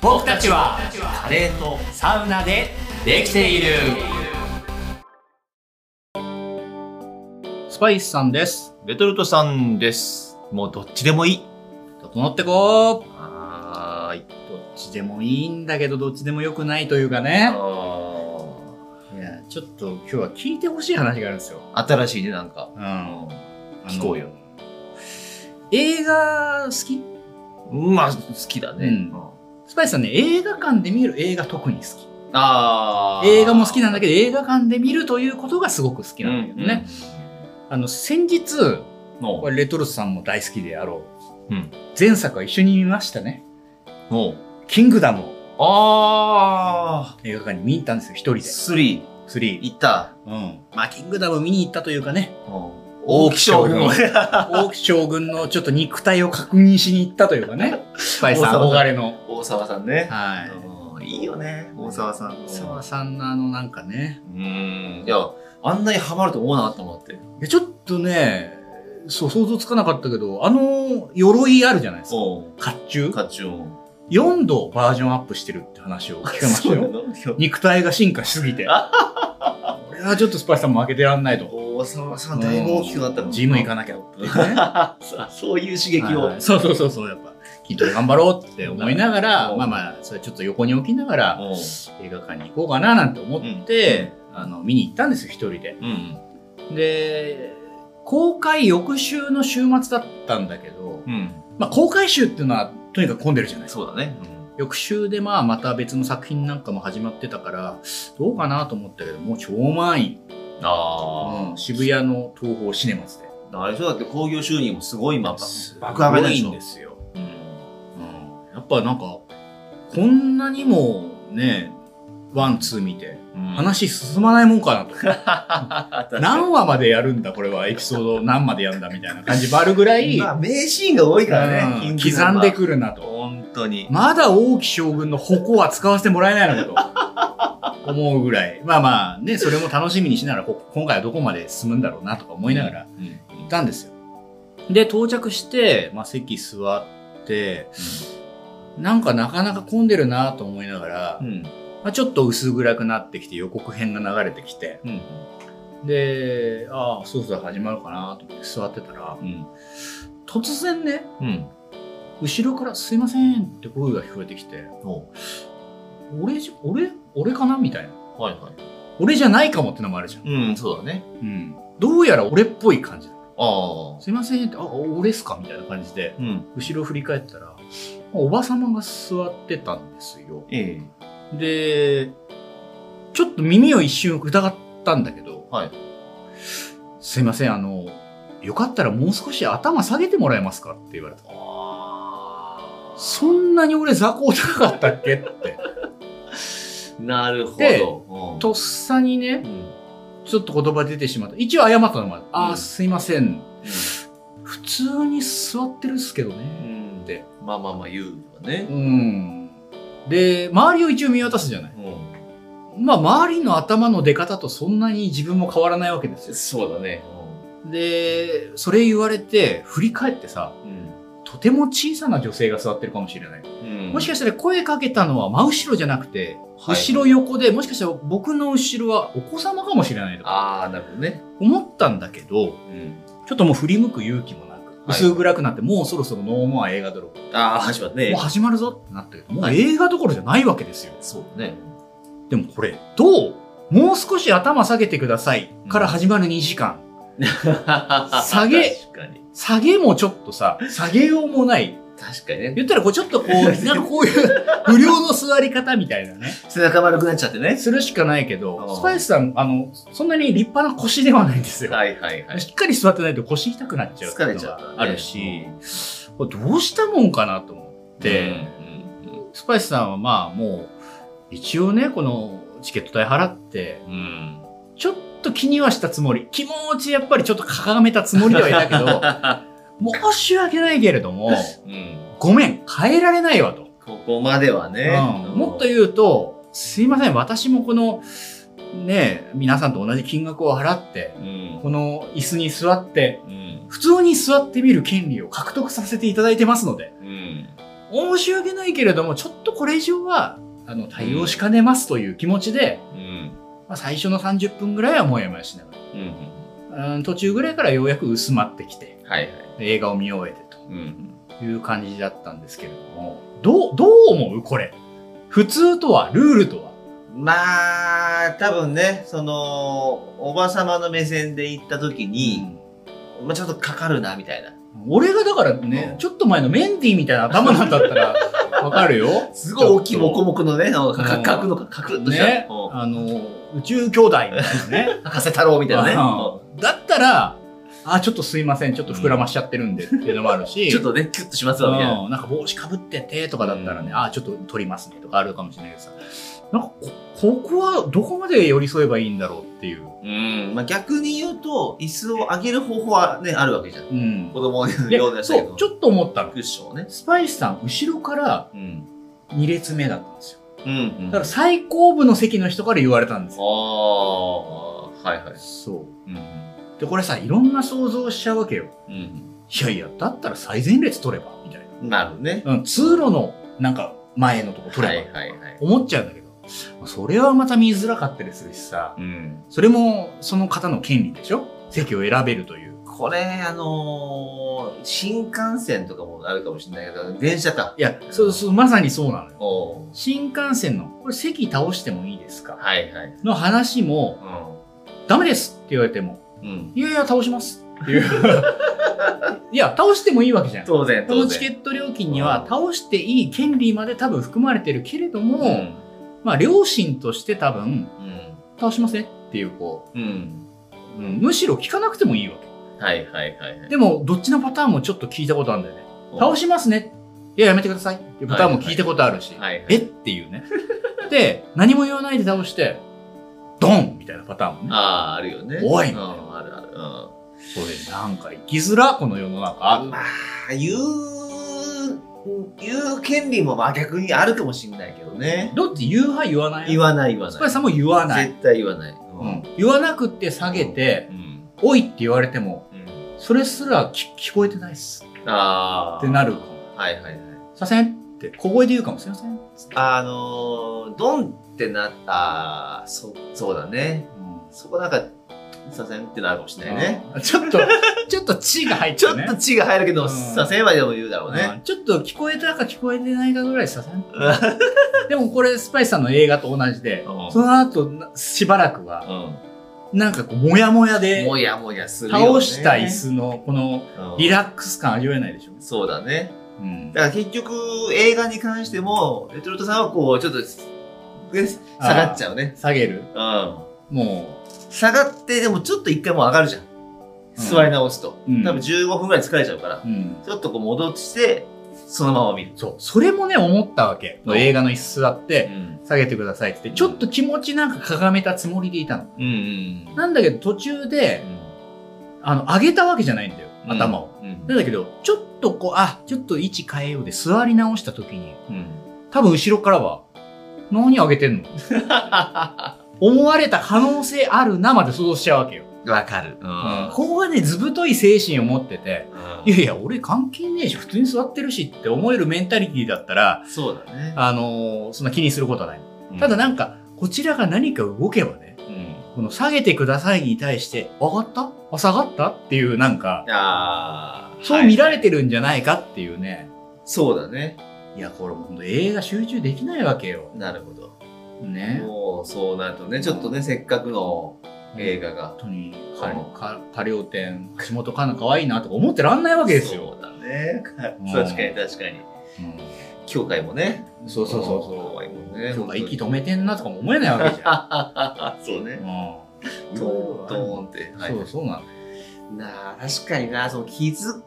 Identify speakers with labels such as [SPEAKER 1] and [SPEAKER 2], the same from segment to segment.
[SPEAKER 1] 僕たちは
[SPEAKER 2] カレーと
[SPEAKER 1] サウナで
[SPEAKER 2] できている
[SPEAKER 1] スパイスさんです
[SPEAKER 2] レトルトさんですもうどっちでもいい
[SPEAKER 1] 整ってこう
[SPEAKER 2] はーい
[SPEAKER 1] どっちでもいいんだけどどっちでもよくないというかねいやちょっと今日は聞いてほしい話があるんですよ
[SPEAKER 2] 新しいねなんか
[SPEAKER 1] うんあの
[SPEAKER 2] 聞こうよ
[SPEAKER 1] 映画好き
[SPEAKER 2] まあ好きだね、
[SPEAKER 1] うんスパイスさんね映画館で見る映画特に好き
[SPEAKER 2] あー
[SPEAKER 1] 映画も好きなんだけど映画館で見るということがすごく好きなんだけどね、、あの先日
[SPEAKER 2] うんも
[SPEAKER 1] これレトロスさんも大好きであろう、
[SPEAKER 2] うん
[SPEAKER 1] 前作は一緒に見ましたね
[SPEAKER 2] うもう
[SPEAKER 1] 「キングダム」を
[SPEAKER 2] あ
[SPEAKER 1] 映画館に見に行ったんですよ一人
[SPEAKER 2] ー
[SPEAKER 1] で
[SPEAKER 2] 3
[SPEAKER 1] 3
[SPEAKER 2] いった
[SPEAKER 1] うんまあキングダム見に行ったというかね
[SPEAKER 2] 大木将軍
[SPEAKER 1] 大木大木将軍のちょっと肉体を確認しに行ったというか ねスパイスさん
[SPEAKER 2] 大沢さん
[SPEAKER 1] 憧れの
[SPEAKER 2] 大沢さんね
[SPEAKER 1] はい
[SPEAKER 2] うんいいよね大沢さん
[SPEAKER 1] 大沢さんのあのなんかね
[SPEAKER 2] うんいやあんなにハマると思わなかったもんだって
[SPEAKER 1] いやちょっとねそう想像つかなかったけどあの鎧あるじゃないですか
[SPEAKER 2] そ
[SPEAKER 1] 甲冑
[SPEAKER 2] うカチュオン
[SPEAKER 1] 4度バージョンアップしてるって話を聞きましたよ。
[SPEAKER 2] よ
[SPEAKER 1] 肉体が進化しすぎて。これはちょっとスパイスさん負けてらんないと。
[SPEAKER 2] 大沢さんだいぶ大きくなったの
[SPEAKER 1] ジム行かなきゃっていうね
[SPEAKER 2] そうそういう刺激
[SPEAKER 1] はい
[SPEAKER 2] を
[SPEAKER 1] はいそうそうそうそう、やっぱ。筋トレ頑張ろうって思いながら、
[SPEAKER 2] うん
[SPEAKER 1] まあまあ、それちょっと横に置きながら、映画館に行こうかななんて思って、あの、見に行ったんですよ、一人で。
[SPEAKER 2] うんうん
[SPEAKER 1] で、公開翌週の週末だったんだけど、
[SPEAKER 2] うん
[SPEAKER 1] まあ公開週っていうのはとにかく混んでるじゃないですか
[SPEAKER 2] そうだね
[SPEAKER 1] 翌週でまあまた別の作品なんかも始まってたからどうかなと思ったけどもう超満員、
[SPEAKER 2] あ
[SPEAKER 1] うん渋谷の東宝シネマズで
[SPEAKER 2] ああれそうだって興行収入もすごい今爆
[SPEAKER 1] す
[SPEAKER 2] 上がり
[SPEAKER 1] ご
[SPEAKER 2] で
[SPEAKER 1] い
[SPEAKER 2] し
[SPEAKER 1] ん
[SPEAKER 2] ょ
[SPEAKER 1] ですよ、
[SPEAKER 2] うん
[SPEAKER 1] うん、やっぱなんかこんなにもねワンツー見て
[SPEAKER 2] うん
[SPEAKER 1] 話進まないもんかなと
[SPEAKER 2] 何
[SPEAKER 1] 何話までやるんだこれはエピソード何までやるんだみたいな感じもあるぐらい、
[SPEAKER 2] まあ名シーンが多いから
[SPEAKER 1] う
[SPEAKER 2] ね
[SPEAKER 1] ん刻んで
[SPEAKER 2] る
[SPEAKER 1] くるなと
[SPEAKER 2] 本当に
[SPEAKER 1] まだ王毅将軍の矛は使わせてもらえないのか と思うぐらい。まあまあね、それも楽しみにしながら、こ今回はどこまで進むんだろうなとか思いながら
[SPEAKER 2] うんうん
[SPEAKER 1] 行ったんですよ。で、到着して、まあ席座って、なんかなかなか混んでるなと思いながら、
[SPEAKER 2] うん
[SPEAKER 1] まあ、ちょっと薄暗くなってきて予告編が流れてきて、
[SPEAKER 2] うん
[SPEAKER 1] で、ああ、そろそろ始まるかなと思って座ってたら
[SPEAKER 2] う、ん
[SPEAKER 1] 突然ね、
[SPEAKER 2] うん
[SPEAKER 1] 後ろからすいませんって声が聞こえてきて、
[SPEAKER 2] お
[SPEAKER 1] 俺じ、俺、俺かなみたいな。
[SPEAKER 2] はいはい
[SPEAKER 1] 俺じゃないかもってのもあるじゃん。
[SPEAKER 2] うんそうだね
[SPEAKER 1] うん。どうやら俺っぽい感じだ。
[SPEAKER 2] ああ
[SPEAKER 1] すいませんって、あ、俺っすかみたいな感じで、
[SPEAKER 2] うん
[SPEAKER 1] 後ろ振り返ったら、おばさまが座ってたんですよ。
[SPEAKER 2] ええ
[SPEAKER 1] で、ちょっと耳を一瞬疑ったんだけど、
[SPEAKER 2] はい
[SPEAKER 1] すいません、あの、よかったらもう少し頭下げてもらえますかって言われた。
[SPEAKER 2] あ
[SPEAKER 1] そんなに俺座高高かったっけって。
[SPEAKER 2] あなるほ
[SPEAKER 1] で
[SPEAKER 2] どうん
[SPEAKER 1] とっさにね
[SPEAKER 2] う、ん
[SPEAKER 1] ちょっと言葉出てしまった。一応謝ったのもある。あ
[SPEAKER 2] う
[SPEAKER 1] ー、
[SPEAKER 2] ん
[SPEAKER 1] すいません。普通に座ってるっすけど
[SPEAKER 2] う
[SPEAKER 1] ね。
[SPEAKER 2] ん
[SPEAKER 1] で
[SPEAKER 2] まあまあまあ言うわね
[SPEAKER 1] うん。で、周りを一応見渡すじゃない。
[SPEAKER 2] う
[SPEAKER 1] まあ、周りの頭の出方とそんなに自分も変わらないわけです
[SPEAKER 2] ん
[SPEAKER 1] よ。
[SPEAKER 2] そうだね
[SPEAKER 1] で、それ言われて、振り返ってさ、
[SPEAKER 2] うん
[SPEAKER 1] とても小さな女性が座ってるかもしれない。
[SPEAKER 2] うん
[SPEAKER 1] もしかしたら声かけたのは真後ろじゃなくて、
[SPEAKER 2] はい
[SPEAKER 1] 後ろ横で、もしかしたら僕の後ろはお子様かもしれないとか
[SPEAKER 2] ああなるほどね
[SPEAKER 1] 思ったんだけど、
[SPEAKER 2] うん
[SPEAKER 1] ちょっともう振り向く勇気もなく、薄暗くなって、もうそろそろノーモア映画泥棒
[SPEAKER 2] ああ始まるね
[SPEAKER 1] もう始まるぞってなったけど、もう映画どころじゃないわけですよ。
[SPEAKER 2] そうだね
[SPEAKER 1] でもこれ、どうもう少し頭下げてくださいから始まる2時間。
[SPEAKER 2] 下
[SPEAKER 1] げ
[SPEAKER 2] 確かに
[SPEAKER 1] 下げもちょっとさ、下げようもない。
[SPEAKER 2] 確かにね
[SPEAKER 1] 言ったらこうちょっとこ う、なんかこういう無料の座り方みたいなね、
[SPEAKER 2] 背中丸くなっちゃってね
[SPEAKER 1] するしかないけ
[SPEAKER 2] あ
[SPEAKER 1] ど、
[SPEAKER 2] ー
[SPEAKER 1] スパイスさん、あの、そんなに立派な腰ではないんですよ。
[SPEAKER 2] はいはいはい
[SPEAKER 1] しっかり座ってないと腰痛くなっちゃうってい
[SPEAKER 2] 疲
[SPEAKER 1] う
[SPEAKER 2] れ
[SPEAKER 1] の
[SPEAKER 2] ちゃ
[SPEAKER 1] が
[SPEAKER 2] う
[SPEAKER 1] あるし、これどうしたもんかなと思って、
[SPEAKER 2] うん
[SPEAKER 1] スパイスさんはまあもう、一応ね、このチケット代払って、
[SPEAKER 2] うんうん
[SPEAKER 1] ちょっと気にはしたつもり、気持ちやっぱりちょっとかがめたつもりではいたけ ど、申し訳ないけれども、
[SPEAKER 2] うん
[SPEAKER 1] ごめん、変えられないわと。
[SPEAKER 2] ここまではね
[SPEAKER 1] うんもっと言うと、すいません、私もこの、ねえ、皆さんと同じ金額を払って、
[SPEAKER 2] うん
[SPEAKER 1] この椅子に座って、
[SPEAKER 2] うん
[SPEAKER 1] 普通に座ってみる権利を獲得させていただいてますので、
[SPEAKER 2] うん
[SPEAKER 1] 申し訳ないけれども、ちょっとこれ以上は、あの、対応しかねますという気持ちで、
[SPEAKER 2] うん。
[SPEAKER 1] まあ、最初の30分ぐらいはもやもやしなが
[SPEAKER 2] うん。
[SPEAKER 1] ら、うん、途中ぐらいからようやく薄まってきて、
[SPEAKER 2] はいはい。
[SPEAKER 1] 映画を見終えて
[SPEAKER 2] うん。
[SPEAKER 1] という感じだったんですけれども、どう、どう思うこれ。普通とは、ルールとは。
[SPEAKER 2] まあ、多分ね、その、おばさまの目線で行った時に、まあちょっとかかるな、みたいな。
[SPEAKER 1] 俺がだからね、
[SPEAKER 2] うん
[SPEAKER 1] ちょっと前のメンディーみたいな頭なんだったら、わかるよ。
[SPEAKER 2] すごい大きいモコモコのね、なんか
[SPEAKER 1] う
[SPEAKER 2] か
[SPEAKER 1] ん
[SPEAKER 2] かくのか、かくっとした。
[SPEAKER 1] ね
[SPEAKER 2] う、ん
[SPEAKER 1] あの、宇宙兄弟みたいなね。
[SPEAKER 2] 博士太郎みたいなね。うん
[SPEAKER 1] うんだったら、あ、ちょっとすいません、ちょっと膨らましちゃって るんでっていうのもあるし、
[SPEAKER 2] ちょっとね、キュッとします
[SPEAKER 1] う
[SPEAKER 2] わ、みたいな。
[SPEAKER 1] ん、なんか帽子かぶっててとかだったらね、
[SPEAKER 2] うん
[SPEAKER 1] あ、ちょっと取りますねとかあるかもしれないけどさ、なんかこ、ここはどこまで寄り添えばいいんだろうっていう。
[SPEAKER 2] うん。まあ逆に言うと、椅子を上げる方法はね、あるわけじゃん。
[SPEAKER 1] うん
[SPEAKER 2] 子。供の
[SPEAKER 1] で
[SPEAKER 2] ようなやつだ
[SPEAKER 1] そ
[SPEAKER 2] けど。
[SPEAKER 1] う、ちょっと思ったの。
[SPEAKER 2] クッションをね。
[SPEAKER 1] スパイスさん、後ろから
[SPEAKER 2] うん。
[SPEAKER 1] 2列目だったんですよ。
[SPEAKER 2] うん、うん。
[SPEAKER 1] だから最後部の席の人から言われたんですよ。
[SPEAKER 2] ああ、はいはい。
[SPEAKER 1] そ
[SPEAKER 2] うん。
[SPEAKER 1] う。で、これさ、いろんな想像しちゃうわけよ。
[SPEAKER 2] うん。
[SPEAKER 1] いやいや、だったら最前列取れば、みたいな。
[SPEAKER 2] なるほどね。
[SPEAKER 1] うん、通路のなんか前のとこ取れば、
[SPEAKER 2] はいはいはい
[SPEAKER 1] 思っちゃうんだけどそれはまた見づらかったりするしさ
[SPEAKER 2] うん。
[SPEAKER 1] それもその方の権利でしょ席を選べるという
[SPEAKER 2] これ、あのー、新幹線とかもあるかもしれないけど、電車か。
[SPEAKER 1] いやそうそうまさにそうなのよ
[SPEAKER 2] おー
[SPEAKER 1] 新幹線のこれ席倒してもいいですか
[SPEAKER 2] はいはい。
[SPEAKER 1] の話もダメですって言われても
[SPEAKER 2] うん。うん。
[SPEAKER 1] いやいや倒しますっていう いや倒してもいいわけじゃんこ
[SPEAKER 2] 当然、当
[SPEAKER 1] の
[SPEAKER 2] 然。
[SPEAKER 1] チケ
[SPEAKER 2] ッ
[SPEAKER 1] ット料金に
[SPEAKER 2] う
[SPEAKER 1] は
[SPEAKER 2] ん
[SPEAKER 1] 倒していい権利まで多分含まれてるけれども、
[SPEAKER 2] うん。
[SPEAKER 1] まあ良心として多分
[SPEAKER 2] うん。
[SPEAKER 1] 倒しませんっていうこう
[SPEAKER 2] うん。
[SPEAKER 1] うんむしろ聞かなくてもいいわけ。
[SPEAKER 2] はいはいはいはい。
[SPEAKER 1] でも、どっちのパターンもちょっと聞いたことあるんだよね。倒
[SPEAKER 2] し
[SPEAKER 1] しますね。いや、やめてください。っていうパターンも聞いたことあるし。
[SPEAKER 2] はいはい。
[SPEAKER 1] えっていうね。 で、何も言わないで倒して、ドンみたいなパターンもね。
[SPEAKER 2] ああ、あるよね。
[SPEAKER 1] おい
[SPEAKER 2] うん、あるある。うん。
[SPEAKER 1] これ、なんか生きづら、この世の中。
[SPEAKER 2] まあ、言う、言う権利もまあ逆にあるかもしれないけどね。
[SPEAKER 1] どっち言う派言わない
[SPEAKER 2] 言わない言わ
[SPEAKER 1] ス
[SPEAKER 2] な
[SPEAKER 1] パイ
[SPEAKER 2] い。
[SPEAKER 1] スさんも言わない。
[SPEAKER 2] 絶対言わない。う
[SPEAKER 1] うん。言わなくって下げて、
[SPEAKER 2] うん。
[SPEAKER 1] おいって言われても、
[SPEAKER 2] うん。
[SPEAKER 1] それすら聞聞こえてないっす。
[SPEAKER 2] ああ。
[SPEAKER 1] ってなるかも。
[SPEAKER 2] はいはいはい。
[SPEAKER 1] すいませんって、小声で言うかも。すいません。うん
[SPEAKER 2] あのー、ドンってなった、そ、そうだね。そこなんか、させんってなるかもしれないね。
[SPEAKER 1] あーちょっと、 ちょっと血が入っ
[SPEAKER 2] ち
[SPEAKER 1] ち
[SPEAKER 2] ょ
[SPEAKER 1] ゃ
[SPEAKER 2] っ
[SPEAKER 1] うね。
[SPEAKER 2] と血が入るけ
[SPEAKER 1] う
[SPEAKER 2] ど、
[SPEAKER 1] ん
[SPEAKER 2] させんまでも言うだろうね。
[SPEAKER 1] うんちょっと聞こえたか聞こえてないかぐらいさ せん。でもこれ、スパイスさんの映画と同じで、
[SPEAKER 2] うん
[SPEAKER 1] その後、なしばらくは、
[SPEAKER 2] う
[SPEAKER 1] なんかこう、もやもや
[SPEAKER 2] ん。
[SPEAKER 1] で、
[SPEAKER 2] もやもやするよ、ね。
[SPEAKER 1] 倒した椅子の、この、
[SPEAKER 2] うん。
[SPEAKER 1] リラックス感味わえないでしょ。
[SPEAKER 2] そうだね。
[SPEAKER 1] うん
[SPEAKER 2] だから結局、映画に関しても、レトルトさんはこう、ちょっと、ね下がっちゃうね。
[SPEAKER 1] 下げる
[SPEAKER 2] うん。
[SPEAKER 1] も
[SPEAKER 2] 下がって、でもちょっと一回もう上がるじゃん。座り直すと。
[SPEAKER 1] うん
[SPEAKER 2] 多分15分ぐらい疲れちゃうから、
[SPEAKER 1] う、うん。
[SPEAKER 2] ちょっとこう戻して、そのまま見る。
[SPEAKER 1] そう。それもね、思ったわけ。
[SPEAKER 2] うん
[SPEAKER 1] 映画の椅子座っ
[SPEAKER 2] う
[SPEAKER 1] て、
[SPEAKER 2] ん。
[SPEAKER 1] 下げてくださいって言って、ちょっと気持ちなんかかがめたつもりでいたの。
[SPEAKER 2] うんうんうん。
[SPEAKER 1] なんだけど、途中で、あの、上げたわけじゃないんだよ。頭を。
[SPEAKER 2] うん。
[SPEAKER 1] なんだけど、ちょっとこう、あ、ちょっと位置変えようで座り直した時に、
[SPEAKER 2] うん。
[SPEAKER 1] 多分後ろからは、何上げてん の思われた可能性あるなまで想像しちゃうわけよ。
[SPEAKER 2] わかる。う
[SPEAKER 1] ここはね、ずぶとい精神を持ってて、い
[SPEAKER 2] ん。
[SPEAKER 1] やいや、俺関係ねえし、普通に座ってるしって思えるメンタリティだったら、
[SPEAKER 2] そうだね。
[SPEAKER 1] あのーそんな気にすることはない。ただ
[SPEAKER 2] な、
[SPEAKER 1] なんか、こちらが何か動けばね、
[SPEAKER 2] うん。
[SPEAKER 1] この下げてくださいに対して、上がったあ下がったっていうなんか、
[SPEAKER 2] ああ。
[SPEAKER 1] そう見ら
[SPEAKER 2] れ、
[SPEAKER 1] れてるんじゃないかっていうね。
[SPEAKER 2] そうだね。
[SPEAKER 1] いや、これもう本当映画集中できないわけよ。
[SPEAKER 2] なるほど。
[SPEAKER 1] ね。
[SPEAKER 2] もう、そうなるとね、ちょっとね、せっかくの映画が。
[SPEAKER 1] 本当に、
[SPEAKER 2] はい
[SPEAKER 1] このかカリオテン、橋本環奈可愛いなとか思ってらんないわけですよ。
[SPEAKER 2] そうだ
[SPEAKER 1] うん
[SPEAKER 2] ね。確かに確かに。
[SPEAKER 1] うん
[SPEAKER 2] 教会もね。
[SPEAKER 1] そうそうそう
[SPEAKER 2] 可
[SPEAKER 1] そ
[SPEAKER 2] 愛いもん
[SPEAKER 1] う。
[SPEAKER 2] ね。
[SPEAKER 1] 今日が息
[SPEAKER 2] と。
[SPEAKER 1] 止めてんなとかも思えないわけじゃん。
[SPEAKER 2] そう
[SPEAKER 1] う
[SPEAKER 2] ね。
[SPEAKER 1] ん。
[SPEAKER 2] トーントーンって。はい
[SPEAKER 1] そうそうなの。
[SPEAKER 2] なあ、確かにな、その傷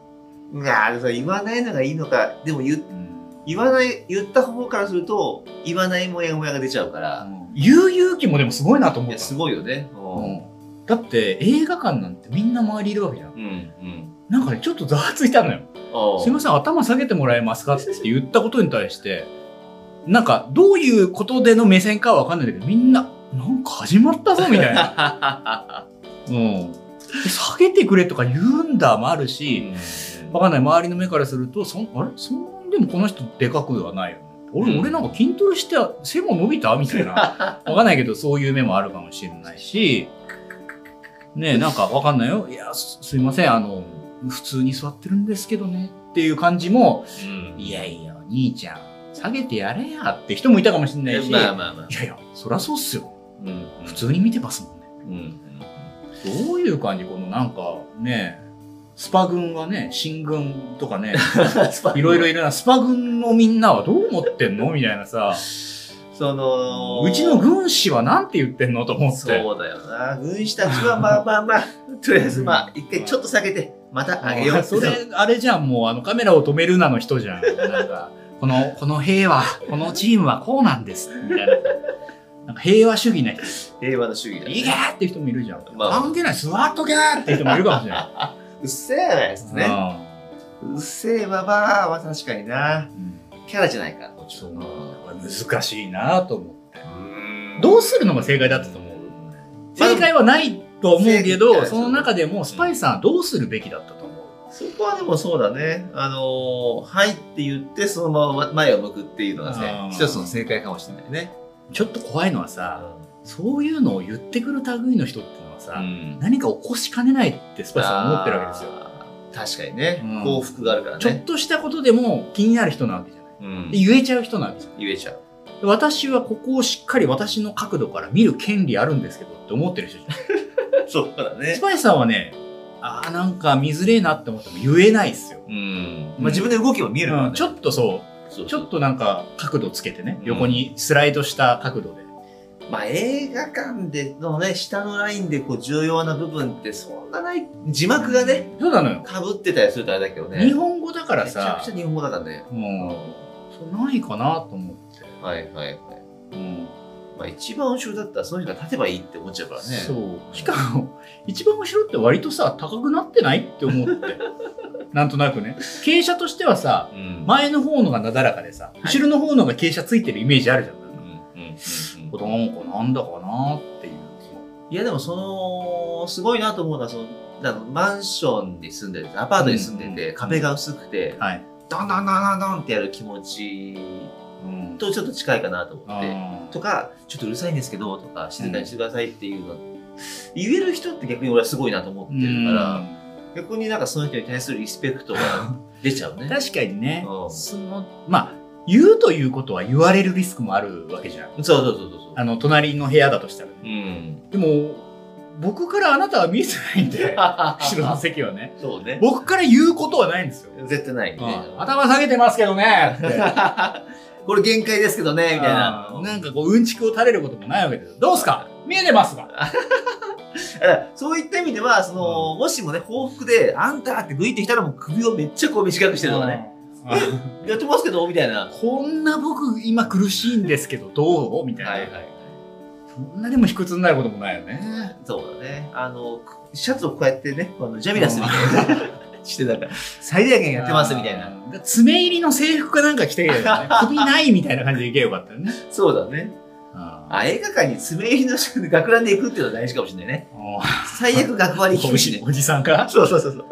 [SPEAKER 2] が、あれさ言わないのがいいのか、でも言
[SPEAKER 1] うん
[SPEAKER 2] 言わない、言った方からすると、言わないもやもやが出ちゃうから、
[SPEAKER 1] 言う勇気もでもすごいなと
[SPEAKER 2] い
[SPEAKER 1] 思っ
[SPEAKER 2] や、
[SPEAKER 1] た。
[SPEAKER 2] すごいよね。
[SPEAKER 1] うんだって映画館なんてみんな周りいるわけじゃん。
[SPEAKER 2] うん。うん。
[SPEAKER 1] なんかね、ちょっとざわついたのよ。
[SPEAKER 2] おう
[SPEAKER 1] すいません、頭下げてもらえますかって言ったことに対して、なんか、どういうことでの目線かはわかんないんだけど、みんな、なんか始まったぞ、み たいな。うん。下げてくれとか言うんだもあるし、わかんない、周りの目からすると、そん、あれそんでもこの人でかくはないよね。俺、
[SPEAKER 2] うん
[SPEAKER 1] 俺なんか筋トレして背も伸びたみたいな。 わかんないけど、そういう目もあるかもしれないし、ねえ、なんかわかんないよ。いや、すすいません、あの、普通に座ってるんですけどねっていう感じも、いやいや、お兄ちゃん、下げてやれやって人もいたかもしれないし、
[SPEAKER 2] まあまあまあ
[SPEAKER 1] い。やいや、そりゃそうっすよ。
[SPEAKER 2] うん
[SPEAKER 1] 普。通に見てますもんね。
[SPEAKER 2] うん。
[SPEAKER 1] どういう感じこのなんかね、スパ軍はね、新軍とかね、いろいろいるな、スパ軍のみんなはどう思ってんのみたいなさ、
[SPEAKER 2] その、
[SPEAKER 1] うちの軍師はなんて言ってんのと思って。
[SPEAKER 2] そうだよな。軍師たちはまあまあまあ、とりあえずまあ、一回ちょっと下げて、また上げよう
[SPEAKER 1] あそれ、あれじゃん、もうあのカメラを止めるなの人じゃん。なんか、この、この平和、このチームはこうなんです、みたいな。なんか平和主義な人、
[SPEAKER 2] 平和の主義だ、
[SPEAKER 1] いけーって人もいるじゃん。
[SPEAKER 2] まあ
[SPEAKER 1] 関係ない、座っとけーって人もいるかもしれな
[SPEAKER 2] うっせえです
[SPEAKER 1] い。
[SPEAKER 2] ね。うっせえババアは確かにな
[SPEAKER 1] う。ん。
[SPEAKER 2] キャラじゃないから。こっち
[SPEAKER 1] そ
[SPEAKER 2] の
[SPEAKER 1] うなんだこれ難しいなと思って。
[SPEAKER 2] うん
[SPEAKER 1] どうするのが正解だったと思う正解はないと思うけ
[SPEAKER 2] ま
[SPEAKER 1] ど、
[SPEAKER 2] あ
[SPEAKER 1] その中でもスパイさんはどうするべきだったと思う
[SPEAKER 2] そこはでもそうだね。あのー、はいって言って、そのまま前を向くっていうのが
[SPEAKER 1] あ
[SPEAKER 2] ね、
[SPEAKER 1] ー
[SPEAKER 2] 一つの正解かもしれないね。
[SPEAKER 1] ちょっと怖いのはさ、そういうのを言ってくる類の人っていうのはさ、
[SPEAKER 2] ん。
[SPEAKER 1] 何か起こしかねないってスパイさんは思ってるわけですよ。
[SPEAKER 2] よ。確かにね、
[SPEAKER 1] うん
[SPEAKER 2] 幸福があるから
[SPEAKER 1] ちょっ
[SPEAKER 2] ね。
[SPEAKER 1] としたことでも気になる人なわけじゃない。
[SPEAKER 2] うん
[SPEAKER 1] で言えちゃう人なわけじゃない。
[SPEAKER 2] 言えちゃう。
[SPEAKER 1] で私はここをしっかり私の角度から見る権利あるんですけどって思ってる人じゃない。
[SPEAKER 2] そうだ
[SPEAKER 1] ス
[SPEAKER 2] ね。
[SPEAKER 1] パイさんはね、ああ、なんか見づれえなって思っても言えないですよ。
[SPEAKER 2] うん。
[SPEAKER 1] うん
[SPEAKER 2] まあ自分で動きも見えるから
[SPEAKER 1] う
[SPEAKER 2] ね。
[SPEAKER 1] ん、ちょっとそ、
[SPEAKER 2] そうう
[SPEAKER 1] ちょっとなんか角度つけてね、
[SPEAKER 2] うん
[SPEAKER 1] 横にスライドした角度で。
[SPEAKER 2] まあ映画館でのね、下のラインでこう重要な部分ってそんなない、字幕がね、
[SPEAKER 1] そうなのよ。
[SPEAKER 2] 被ってたりするとあれだけどね。
[SPEAKER 1] 日本語だから
[SPEAKER 2] めちゃ
[SPEAKER 1] さ
[SPEAKER 2] くち、ゃ日本語だからね。
[SPEAKER 1] うん、そうないかなと思って。
[SPEAKER 2] はいはいはい。
[SPEAKER 1] うん
[SPEAKER 2] まあ一番後ろだったらその人が立てばいいって思っちゃうからね。
[SPEAKER 1] そうしかも一番後ろって割とさ高くなってないって思って なんとなくね傾斜としてはさ
[SPEAKER 2] うん。
[SPEAKER 1] 前の方のがなだらかでさ
[SPEAKER 2] い
[SPEAKER 1] 後ろの方のが傾斜ついてるイメージあるじゃん、
[SPEAKER 2] うんうんうん
[SPEAKER 1] これなんかなんだかなっていう
[SPEAKER 2] いやでもその、すごいなと思うのは、その、あのマンションに住んでる、アパートに住んで
[SPEAKER 1] うんう
[SPEAKER 2] て、
[SPEAKER 1] ん
[SPEAKER 2] 壁が薄くて、
[SPEAKER 1] はい、
[SPEAKER 2] ドンドンドンドンドンってやる気持ち
[SPEAKER 1] うん、
[SPEAKER 2] とちょっと近いかなと思って。
[SPEAKER 1] あー
[SPEAKER 2] とか、ちょっとうるさいんですけど、とか、静かにしてくださいっていうの、言える人って逆に俺はすごいなと思ってるから、逆になんかその人に対するリスペクト が出ちゃう
[SPEAKER 1] うん
[SPEAKER 2] ね。
[SPEAKER 1] 確かにね
[SPEAKER 2] うん
[SPEAKER 1] そのまあ言うということは言われるリスクもあるわけじゃん
[SPEAKER 2] そうそうそうそうそ
[SPEAKER 1] あの隣の部屋だとしたらね
[SPEAKER 2] う。うん。
[SPEAKER 1] でも僕からあなたは見えてないん で後ろの席はね
[SPEAKER 2] そうね。
[SPEAKER 1] 僕から言うことはないんですよ
[SPEAKER 2] 絶対ないね。
[SPEAKER 1] 頭下げてますけど ねってみたい
[SPEAKER 2] これ限界ですけどね、みたいな。
[SPEAKER 1] ななんかこううんちくを垂れることもないわけですよどうすか見えてますか
[SPEAKER 2] だからそういった意味では、その、もしもね、報復で、あんたってグイってきたらもう首をめっちゃこう短くしてるとかね。
[SPEAKER 1] うん
[SPEAKER 2] やってますけど、みたいな。
[SPEAKER 1] こんな僕今苦しいんですけどどうみたいな、
[SPEAKER 2] い。
[SPEAKER 1] そんなでも卑屈になることもないよね
[SPEAKER 2] そうだね。あの、シャツをこうやってね、あのジャミラスみたいな。してたから、最大限やってますみたいな。
[SPEAKER 1] な爪入りの制服かなんか着てけばいいよね 首ないみたいな感じでいけばよかったよね
[SPEAKER 2] そうだね。
[SPEAKER 1] あ
[SPEAKER 2] あ、映画館に爪入りの学ランで行くっていうのは大事かもしれないね。最悪学割聞
[SPEAKER 1] お
[SPEAKER 2] くし
[SPEAKER 1] じ
[SPEAKER 2] ね。
[SPEAKER 1] おじさんか
[SPEAKER 2] そうそうそうそう。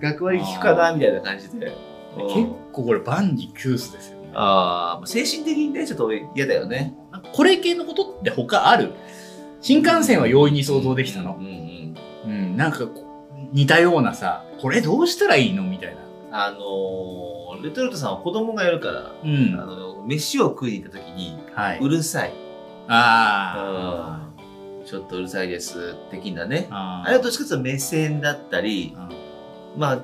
[SPEAKER 2] 学割聞くかなみたいな感じで。うん
[SPEAKER 1] 結構これ万事休すですよね
[SPEAKER 2] ああ、精神的にね、ちょっと嫌だよね。
[SPEAKER 1] なんかこれ系のことって他ある新幹線は容易に想像できた
[SPEAKER 2] う
[SPEAKER 1] の、
[SPEAKER 2] んう
[SPEAKER 1] う
[SPEAKER 2] ん
[SPEAKER 1] んなんかこう似たようなさこれどうしたらいいのみたいな、
[SPEAKER 2] うんあのーレトルトさんは子供がいるから、
[SPEAKER 1] う
[SPEAKER 2] あ
[SPEAKER 1] ん
[SPEAKER 2] の飯を食いに行った時に、
[SPEAKER 1] はいう
[SPEAKER 2] るさい。
[SPEAKER 1] あ
[SPEAKER 2] ちょっとうるさいです。的なね
[SPEAKER 1] ー。あ
[SPEAKER 2] あれはどっちかというと目線だったり、
[SPEAKER 1] あ
[SPEAKER 2] まあ、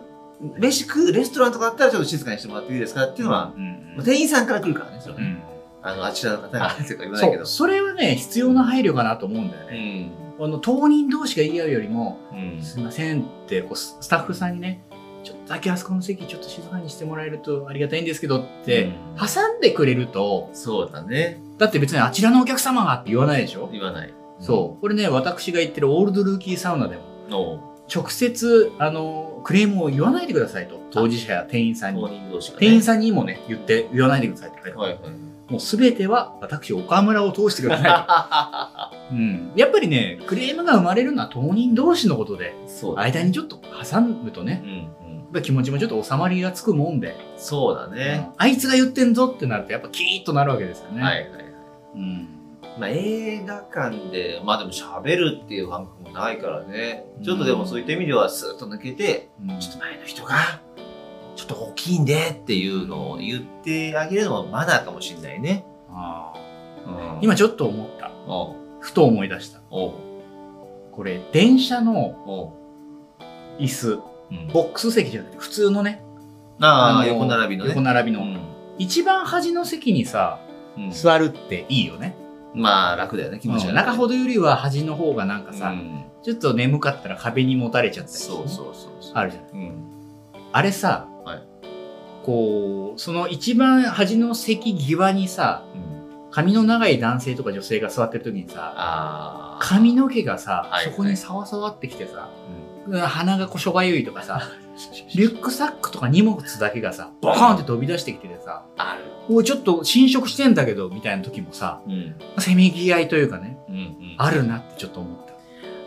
[SPEAKER 2] 飯食う、レストランとかだったらちょっと静かにしてもらっていいですかっていうのは、
[SPEAKER 1] うん
[SPEAKER 2] まあ店員さんから来るからね、それは
[SPEAKER 1] う
[SPEAKER 2] ね
[SPEAKER 1] ん
[SPEAKER 2] あの、あちらの方がとか言わない
[SPEAKER 1] そ
[SPEAKER 2] けど
[SPEAKER 1] う。それはね必要な配慮かなと思うんだよ
[SPEAKER 2] う
[SPEAKER 1] ね、
[SPEAKER 2] ん。
[SPEAKER 1] あの当人同士が言い合うよりも
[SPEAKER 2] う
[SPEAKER 1] 「
[SPEAKER 2] ん
[SPEAKER 1] すいません」ってこうススタッフさんにね「ちょっとだけあそこの席ちょっと静かにしてもらえるとありがたいんですけど」って
[SPEAKER 2] うん
[SPEAKER 1] 挟んでくれると
[SPEAKER 2] そうだね。
[SPEAKER 1] だって別にあちらのお客様がって言わないでしょ
[SPEAKER 2] 言わない。
[SPEAKER 1] そう。これね、私が言ってるオールドルーキーサウナでも、
[SPEAKER 2] うん。の、
[SPEAKER 1] 直接、あの、クレームを言わないでくださいと。当事者や店員さん
[SPEAKER 2] 当
[SPEAKER 1] に。
[SPEAKER 2] 人同士がね。
[SPEAKER 1] 店員さんにもね、言って、言わないでくださいって書いてあ
[SPEAKER 2] はい
[SPEAKER 1] る
[SPEAKER 2] はい。
[SPEAKER 1] もうすべては私、岡村を通してください と。うん。やっぱりね、クレームが生まれるのは当人同士のことで、
[SPEAKER 2] そうだね
[SPEAKER 1] 間にちょっと挟むとね、
[SPEAKER 2] うん
[SPEAKER 1] ら気持ちもちょっと収まりがつくもんで、
[SPEAKER 2] そうだ
[SPEAKER 1] う
[SPEAKER 2] ね。
[SPEAKER 1] んあいつが言ってんぞってなるとやっぱキーッとなるわけですよね。
[SPEAKER 2] はいはい。
[SPEAKER 1] うん
[SPEAKER 2] まあ、映画館で、まあでも喋るっていう感覚もないからね。ちょっとでもそういった意味ではスーッと抜けて、
[SPEAKER 1] うん
[SPEAKER 2] ちょっと前の人が、ちょっと大きいんでっていうのを言ってあげるのはマナーかもしれないね。
[SPEAKER 1] あー
[SPEAKER 2] うん、
[SPEAKER 1] 今ちょっと思った。
[SPEAKER 2] おう
[SPEAKER 1] ふと思い出した。
[SPEAKER 2] おう
[SPEAKER 1] これ、電車の
[SPEAKER 2] おう、
[SPEAKER 1] 椅子、
[SPEAKER 2] うん、
[SPEAKER 1] ボックス席じゃなくて普通のね、
[SPEAKER 2] あ
[SPEAKER 1] あ
[SPEAKER 2] あ
[SPEAKER 1] の
[SPEAKER 2] 横並びのね。
[SPEAKER 1] 横並びの、
[SPEAKER 2] うん
[SPEAKER 1] 一番端の席にさ、
[SPEAKER 2] うん
[SPEAKER 1] 座るっていいよね。
[SPEAKER 2] まあ楽だよね気持ちが、
[SPEAKER 1] う
[SPEAKER 2] ね
[SPEAKER 1] ん中ほどよりは端の方がなんかさ、
[SPEAKER 2] うん
[SPEAKER 1] ちょっと眠かったら壁にもたれちゃったり
[SPEAKER 2] そう
[SPEAKER 1] う
[SPEAKER 2] そうそうそう
[SPEAKER 1] あるじゃない。
[SPEAKER 2] うん、
[SPEAKER 1] あれさ、
[SPEAKER 2] はい
[SPEAKER 1] こう、その一番端の席際にさ、
[SPEAKER 2] うん、
[SPEAKER 1] 髪の長い男性とか女性が座ってる時にさ、
[SPEAKER 2] ああ
[SPEAKER 1] 髪の毛がさ、
[SPEAKER 2] はい
[SPEAKER 1] そこにサワサワってきてさ、
[SPEAKER 2] うん
[SPEAKER 1] 鼻がこうしょがゆいとか さ、リュックサックとか荷物だけがさ、ボカーンって飛び出してきててさ、
[SPEAKER 2] ある
[SPEAKER 1] おいちょっと侵食してんだけど、みたいな時もさ、
[SPEAKER 2] うん
[SPEAKER 1] せめぎ合いというかね、
[SPEAKER 2] うんうん
[SPEAKER 1] あるなってちょっと思った。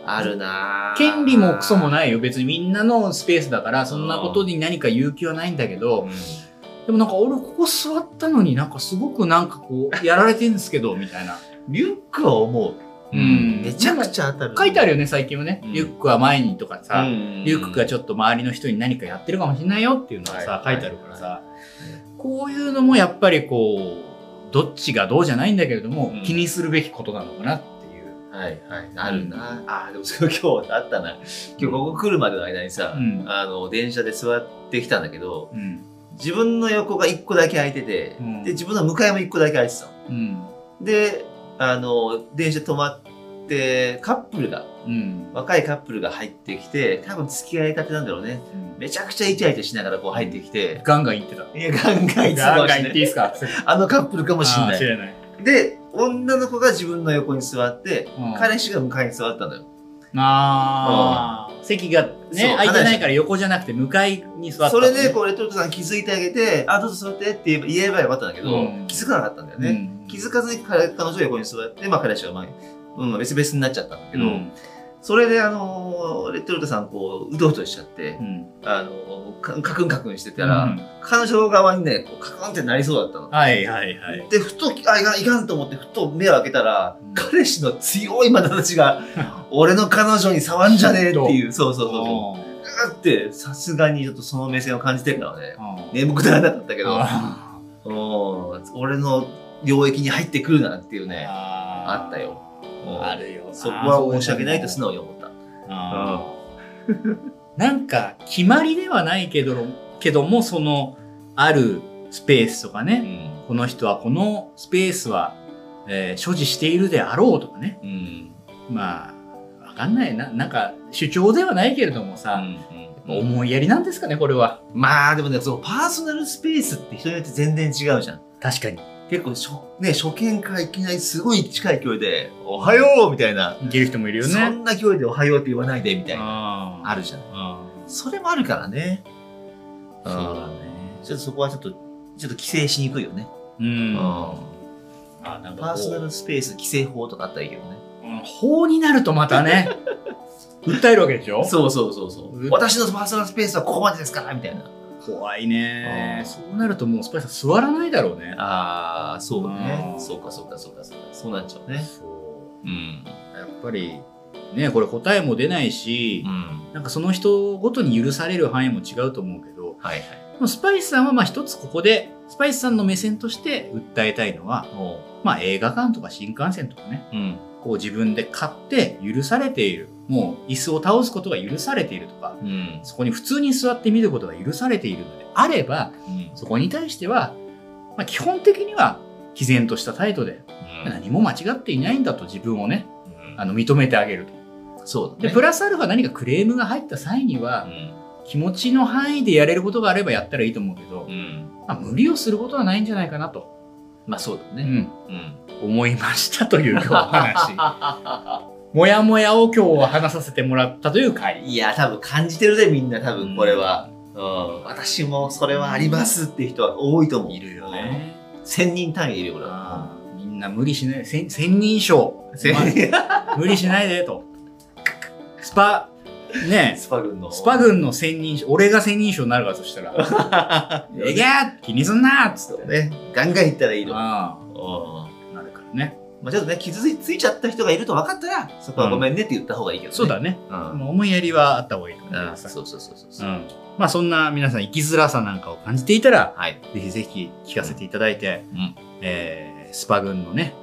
[SPEAKER 2] あるな
[SPEAKER 1] 権利もクソも
[SPEAKER 2] い、
[SPEAKER 1] ないよ。別にみんなのスペースだから、そんなことに何か勇気はないんだけ
[SPEAKER 2] う
[SPEAKER 1] ど、
[SPEAKER 2] ん
[SPEAKER 1] でもなんか俺ここ座ったのになんかすごくなんかこう、やられてんですけど、みたいな。
[SPEAKER 2] リュックは思う、
[SPEAKER 1] うん
[SPEAKER 2] めちゃくちゃ当たる
[SPEAKER 1] 書いてある
[SPEAKER 2] よ
[SPEAKER 1] よね、最近はね。
[SPEAKER 2] うん
[SPEAKER 1] リュックは前にとかさ、リュックが
[SPEAKER 2] ょ
[SPEAKER 1] ちょっと周りの人に何かやってるかもしれないよっていうのがさ、
[SPEAKER 2] はい
[SPEAKER 1] 書いてあるからさ、こういうのもやっぱりこう、どっちがどうじゃないんだけれども、
[SPEAKER 2] うん
[SPEAKER 1] 気にするべきことなのかなっていう。
[SPEAKER 2] はいはいあるな、あーでも それ今日あったな今日ここ来るまでの間にさ、
[SPEAKER 1] うん
[SPEAKER 2] あの電車で座ってきたんだけど
[SPEAKER 1] うん。
[SPEAKER 2] 自分の横が1個だけ空いてて、
[SPEAKER 1] うん
[SPEAKER 2] で自分の向かいも1個だけ空いてたの
[SPEAKER 1] うん。
[SPEAKER 2] であの電車止まってカップルが
[SPEAKER 1] うん。
[SPEAKER 2] 若いカップルが入ってきて多分付き合いたてなんだろうねめちゃくちゃイチャイチャしながらこう入ってきて、
[SPEAKER 1] ガンガン言ってた。
[SPEAKER 2] いやガンガンいつも
[SPEAKER 1] ガン
[SPEAKER 2] し
[SPEAKER 1] ガン
[SPEAKER 2] て
[SPEAKER 1] 言っていいですか
[SPEAKER 2] あのカップルかもしん
[SPEAKER 1] あ
[SPEAKER 2] な
[SPEAKER 1] ー知
[SPEAKER 2] い。
[SPEAKER 1] れない。
[SPEAKER 2] で、女の子が自分の横に座って、
[SPEAKER 1] うん
[SPEAKER 2] 彼氏が向かいに座ったのよ。
[SPEAKER 1] ああ、席が
[SPEAKER 2] そ
[SPEAKER 1] ね、
[SPEAKER 2] う
[SPEAKER 1] 空いてないから横じゃなくて向かいに座った
[SPEAKER 2] そ
[SPEAKER 1] のね、
[SPEAKER 2] れで、こう、レトルトさん気づいてあげて、あ、どうぞ座ってって言えば言えばよかったんだけど、
[SPEAKER 1] うん
[SPEAKER 2] 気づかなかったんだよ
[SPEAKER 1] うん、
[SPEAKER 2] ね。気づかずに彼彼女が横に座って、まあ彼氏が前に、うん、別々になっちゃったんだけど、
[SPEAKER 1] うん
[SPEAKER 2] それで、あのーレトルトさんこう、うとうとしちゃって
[SPEAKER 1] う、ん
[SPEAKER 2] あのーカカクンカクンしてたら、
[SPEAKER 1] うん
[SPEAKER 2] 彼女側にね、こうカクンってなりそうだったの。
[SPEAKER 1] はいはいはい。
[SPEAKER 2] で、ふと、あ、いかん、いかんと思って、ふと目を開けたら、
[SPEAKER 1] うん
[SPEAKER 2] 彼氏の強い眼差しが、俺の彼女に触んじゃねえっていう、 そうそうそうそ
[SPEAKER 1] おー
[SPEAKER 2] う。だって、さすがにちょっとその目線を感じてるからね。
[SPEAKER 1] あー
[SPEAKER 2] 眠くならなかったけど、
[SPEAKER 1] あ
[SPEAKER 2] うん俺の領域に入ってくるなっていう
[SPEAKER 1] ー
[SPEAKER 2] ね、
[SPEAKER 1] あ
[SPEAKER 2] あったよ。
[SPEAKER 1] ーあるよな。
[SPEAKER 2] そこは申し訳ないと素直に思った。
[SPEAKER 1] あーなんか決まりではないけどけどもそのあるスペースとか
[SPEAKER 2] う
[SPEAKER 1] ね、
[SPEAKER 2] ん。
[SPEAKER 1] この人はこのスペースは、えー所持しているであろうとかね
[SPEAKER 2] うん。
[SPEAKER 1] まあわかんないななんか主張ではないけれども
[SPEAKER 2] う
[SPEAKER 1] さ、
[SPEAKER 2] んうん
[SPEAKER 1] 思いやりなんですかねこれは
[SPEAKER 2] まあでもね、そう、パーソナルスペースって人によって全然違うじゃん。
[SPEAKER 1] 確かに
[SPEAKER 2] 結構しょ、ね、初見からいきなりすごい近い距離で、おはようみたいな。
[SPEAKER 1] いける人もいるよ
[SPEAKER 2] そ
[SPEAKER 1] ね
[SPEAKER 2] んな距離でおはようって言わないでみたいな。
[SPEAKER 1] あ
[SPEAKER 2] あるじゃん。
[SPEAKER 1] あ
[SPEAKER 2] それもあるからね。
[SPEAKER 1] ーそうだね
[SPEAKER 2] ちょっとそこはちょっと、ちょっと規制しにくいよね。
[SPEAKER 1] うん
[SPEAKER 2] あ
[SPEAKER 1] あなん
[SPEAKER 2] パ
[SPEAKER 1] か
[SPEAKER 2] ー
[SPEAKER 1] こ
[SPEAKER 2] ソナ
[SPEAKER 1] う
[SPEAKER 2] ルスペース規制法とかあったらいいけどね。
[SPEAKER 1] うん法になるとまた ね訴えるわけでしょ
[SPEAKER 2] そうそうそうそう。私のパーソナルスペースはここまでですからみたいな。
[SPEAKER 1] 怖いね
[SPEAKER 2] あー
[SPEAKER 1] そうなるともうスパイスさん座らないだろうね
[SPEAKER 2] ああ、そう
[SPEAKER 1] ね
[SPEAKER 2] そうかそうかそうかそうか。そうなっちゃうね。
[SPEAKER 1] そ
[SPEAKER 2] うん。
[SPEAKER 1] うやっぱりねこれ答えも出ないし
[SPEAKER 2] う、ん。
[SPEAKER 1] なんかその人ごとに許される範囲も違うと思うけど
[SPEAKER 2] はいはい。
[SPEAKER 1] でもスパイスさんはまあ一つここでスパイスさんの目線として訴えたいのは
[SPEAKER 2] おう。
[SPEAKER 1] まあ映画館とか新幹線とかね
[SPEAKER 2] うん。
[SPEAKER 1] こう自分で買って許されているもう椅子を倒すことが許されているとか
[SPEAKER 2] うん。
[SPEAKER 1] そこに普通に座って見ることが許されているのであれば
[SPEAKER 2] うん。
[SPEAKER 1] そこに対しては、まあ、基本的には毅然とした態度で何も間違っていないんだと自分をねあの認めてあげると
[SPEAKER 2] そうだ
[SPEAKER 1] で
[SPEAKER 2] ね。
[SPEAKER 1] プラスアルファ何かクレームが入った際に
[SPEAKER 2] う
[SPEAKER 1] は
[SPEAKER 2] ん。
[SPEAKER 1] 気持ちの範囲でやれることがあればやったらいいと思うけど
[SPEAKER 2] う、ん。
[SPEAKER 1] まあ、無理をすることはないんじゃないかなと、
[SPEAKER 2] まあそうだ
[SPEAKER 1] う
[SPEAKER 2] ね。
[SPEAKER 1] ん、
[SPEAKER 2] うん。
[SPEAKER 1] 思いましたという今日お 話もやもやを今日は話させてもらったという回
[SPEAKER 2] いや、多分感じてるぜ、みんな、多分これは。うん、私もそれはありますって人は多いと思う。
[SPEAKER 1] いるよ。ね
[SPEAKER 2] 千人単位いるよ、俺は。
[SPEAKER 1] あーみんな無理しない千千人称
[SPEAKER 2] 千人。
[SPEAKER 1] 無理しないでと。スパ、ね
[SPEAKER 2] スパ軍の。
[SPEAKER 1] スパ軍の専任者、俺が専任者になるからとしたら、 えげー気にすんなーっつって。
[SPEAKER 2] ね、ガンガン行ったらいいの。
[SPEAKER 1] あ
[SPEAKER 2] うん
[SPEAKER 1] あ、なるからね。
[SPEAKER 2] まあ、ちょっとね、傷ついちゃった人がいると分かったら、そこはごめんねって言った方がいいけどね。
[SPEAKER 1] そうだね。
[SPEAKER 2] うん。うん。
[SPEAKER 1] 思いやりはあった方がいいと思います。
[SPEAKER 2] そうそうそうそう
[SPEAKER 1] う
[SPEAKER 2] そう。
[SPEAKER 1] ん。まあそんな皆さん生きづらさなんかを感じていたら、
[SPEAKER 2] はい。
[SPEAKER 1] ぜひぜひ聞かせていただいて、
[SPEAKER 2] うん
[SPEAKER 1] えースパ軍のね、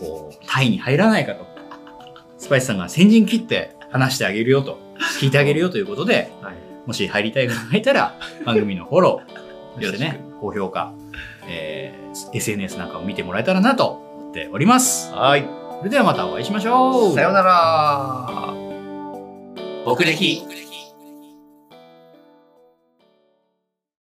[SPEAKER 1] こう、タイに入らないかと。スパイスさんが先陣切って話してあげるよと、聞いてあげるよということで、
[SPEAKER 2] はい。
[SPEAKER 1] もし入りたい方がいた ら、番組のフォロー、そして
[SPEAKER 2] よろし
[SPEAKER 1] ね、高評価、えー SNS なんかを見てもらえたらなと思っております。
[SPEAKER 2] はい。
[SPEAKER 1] それではまたお会いしましょう。
[SPEAKER 2] さようなら。
[SPEAKER 1] 僕歴。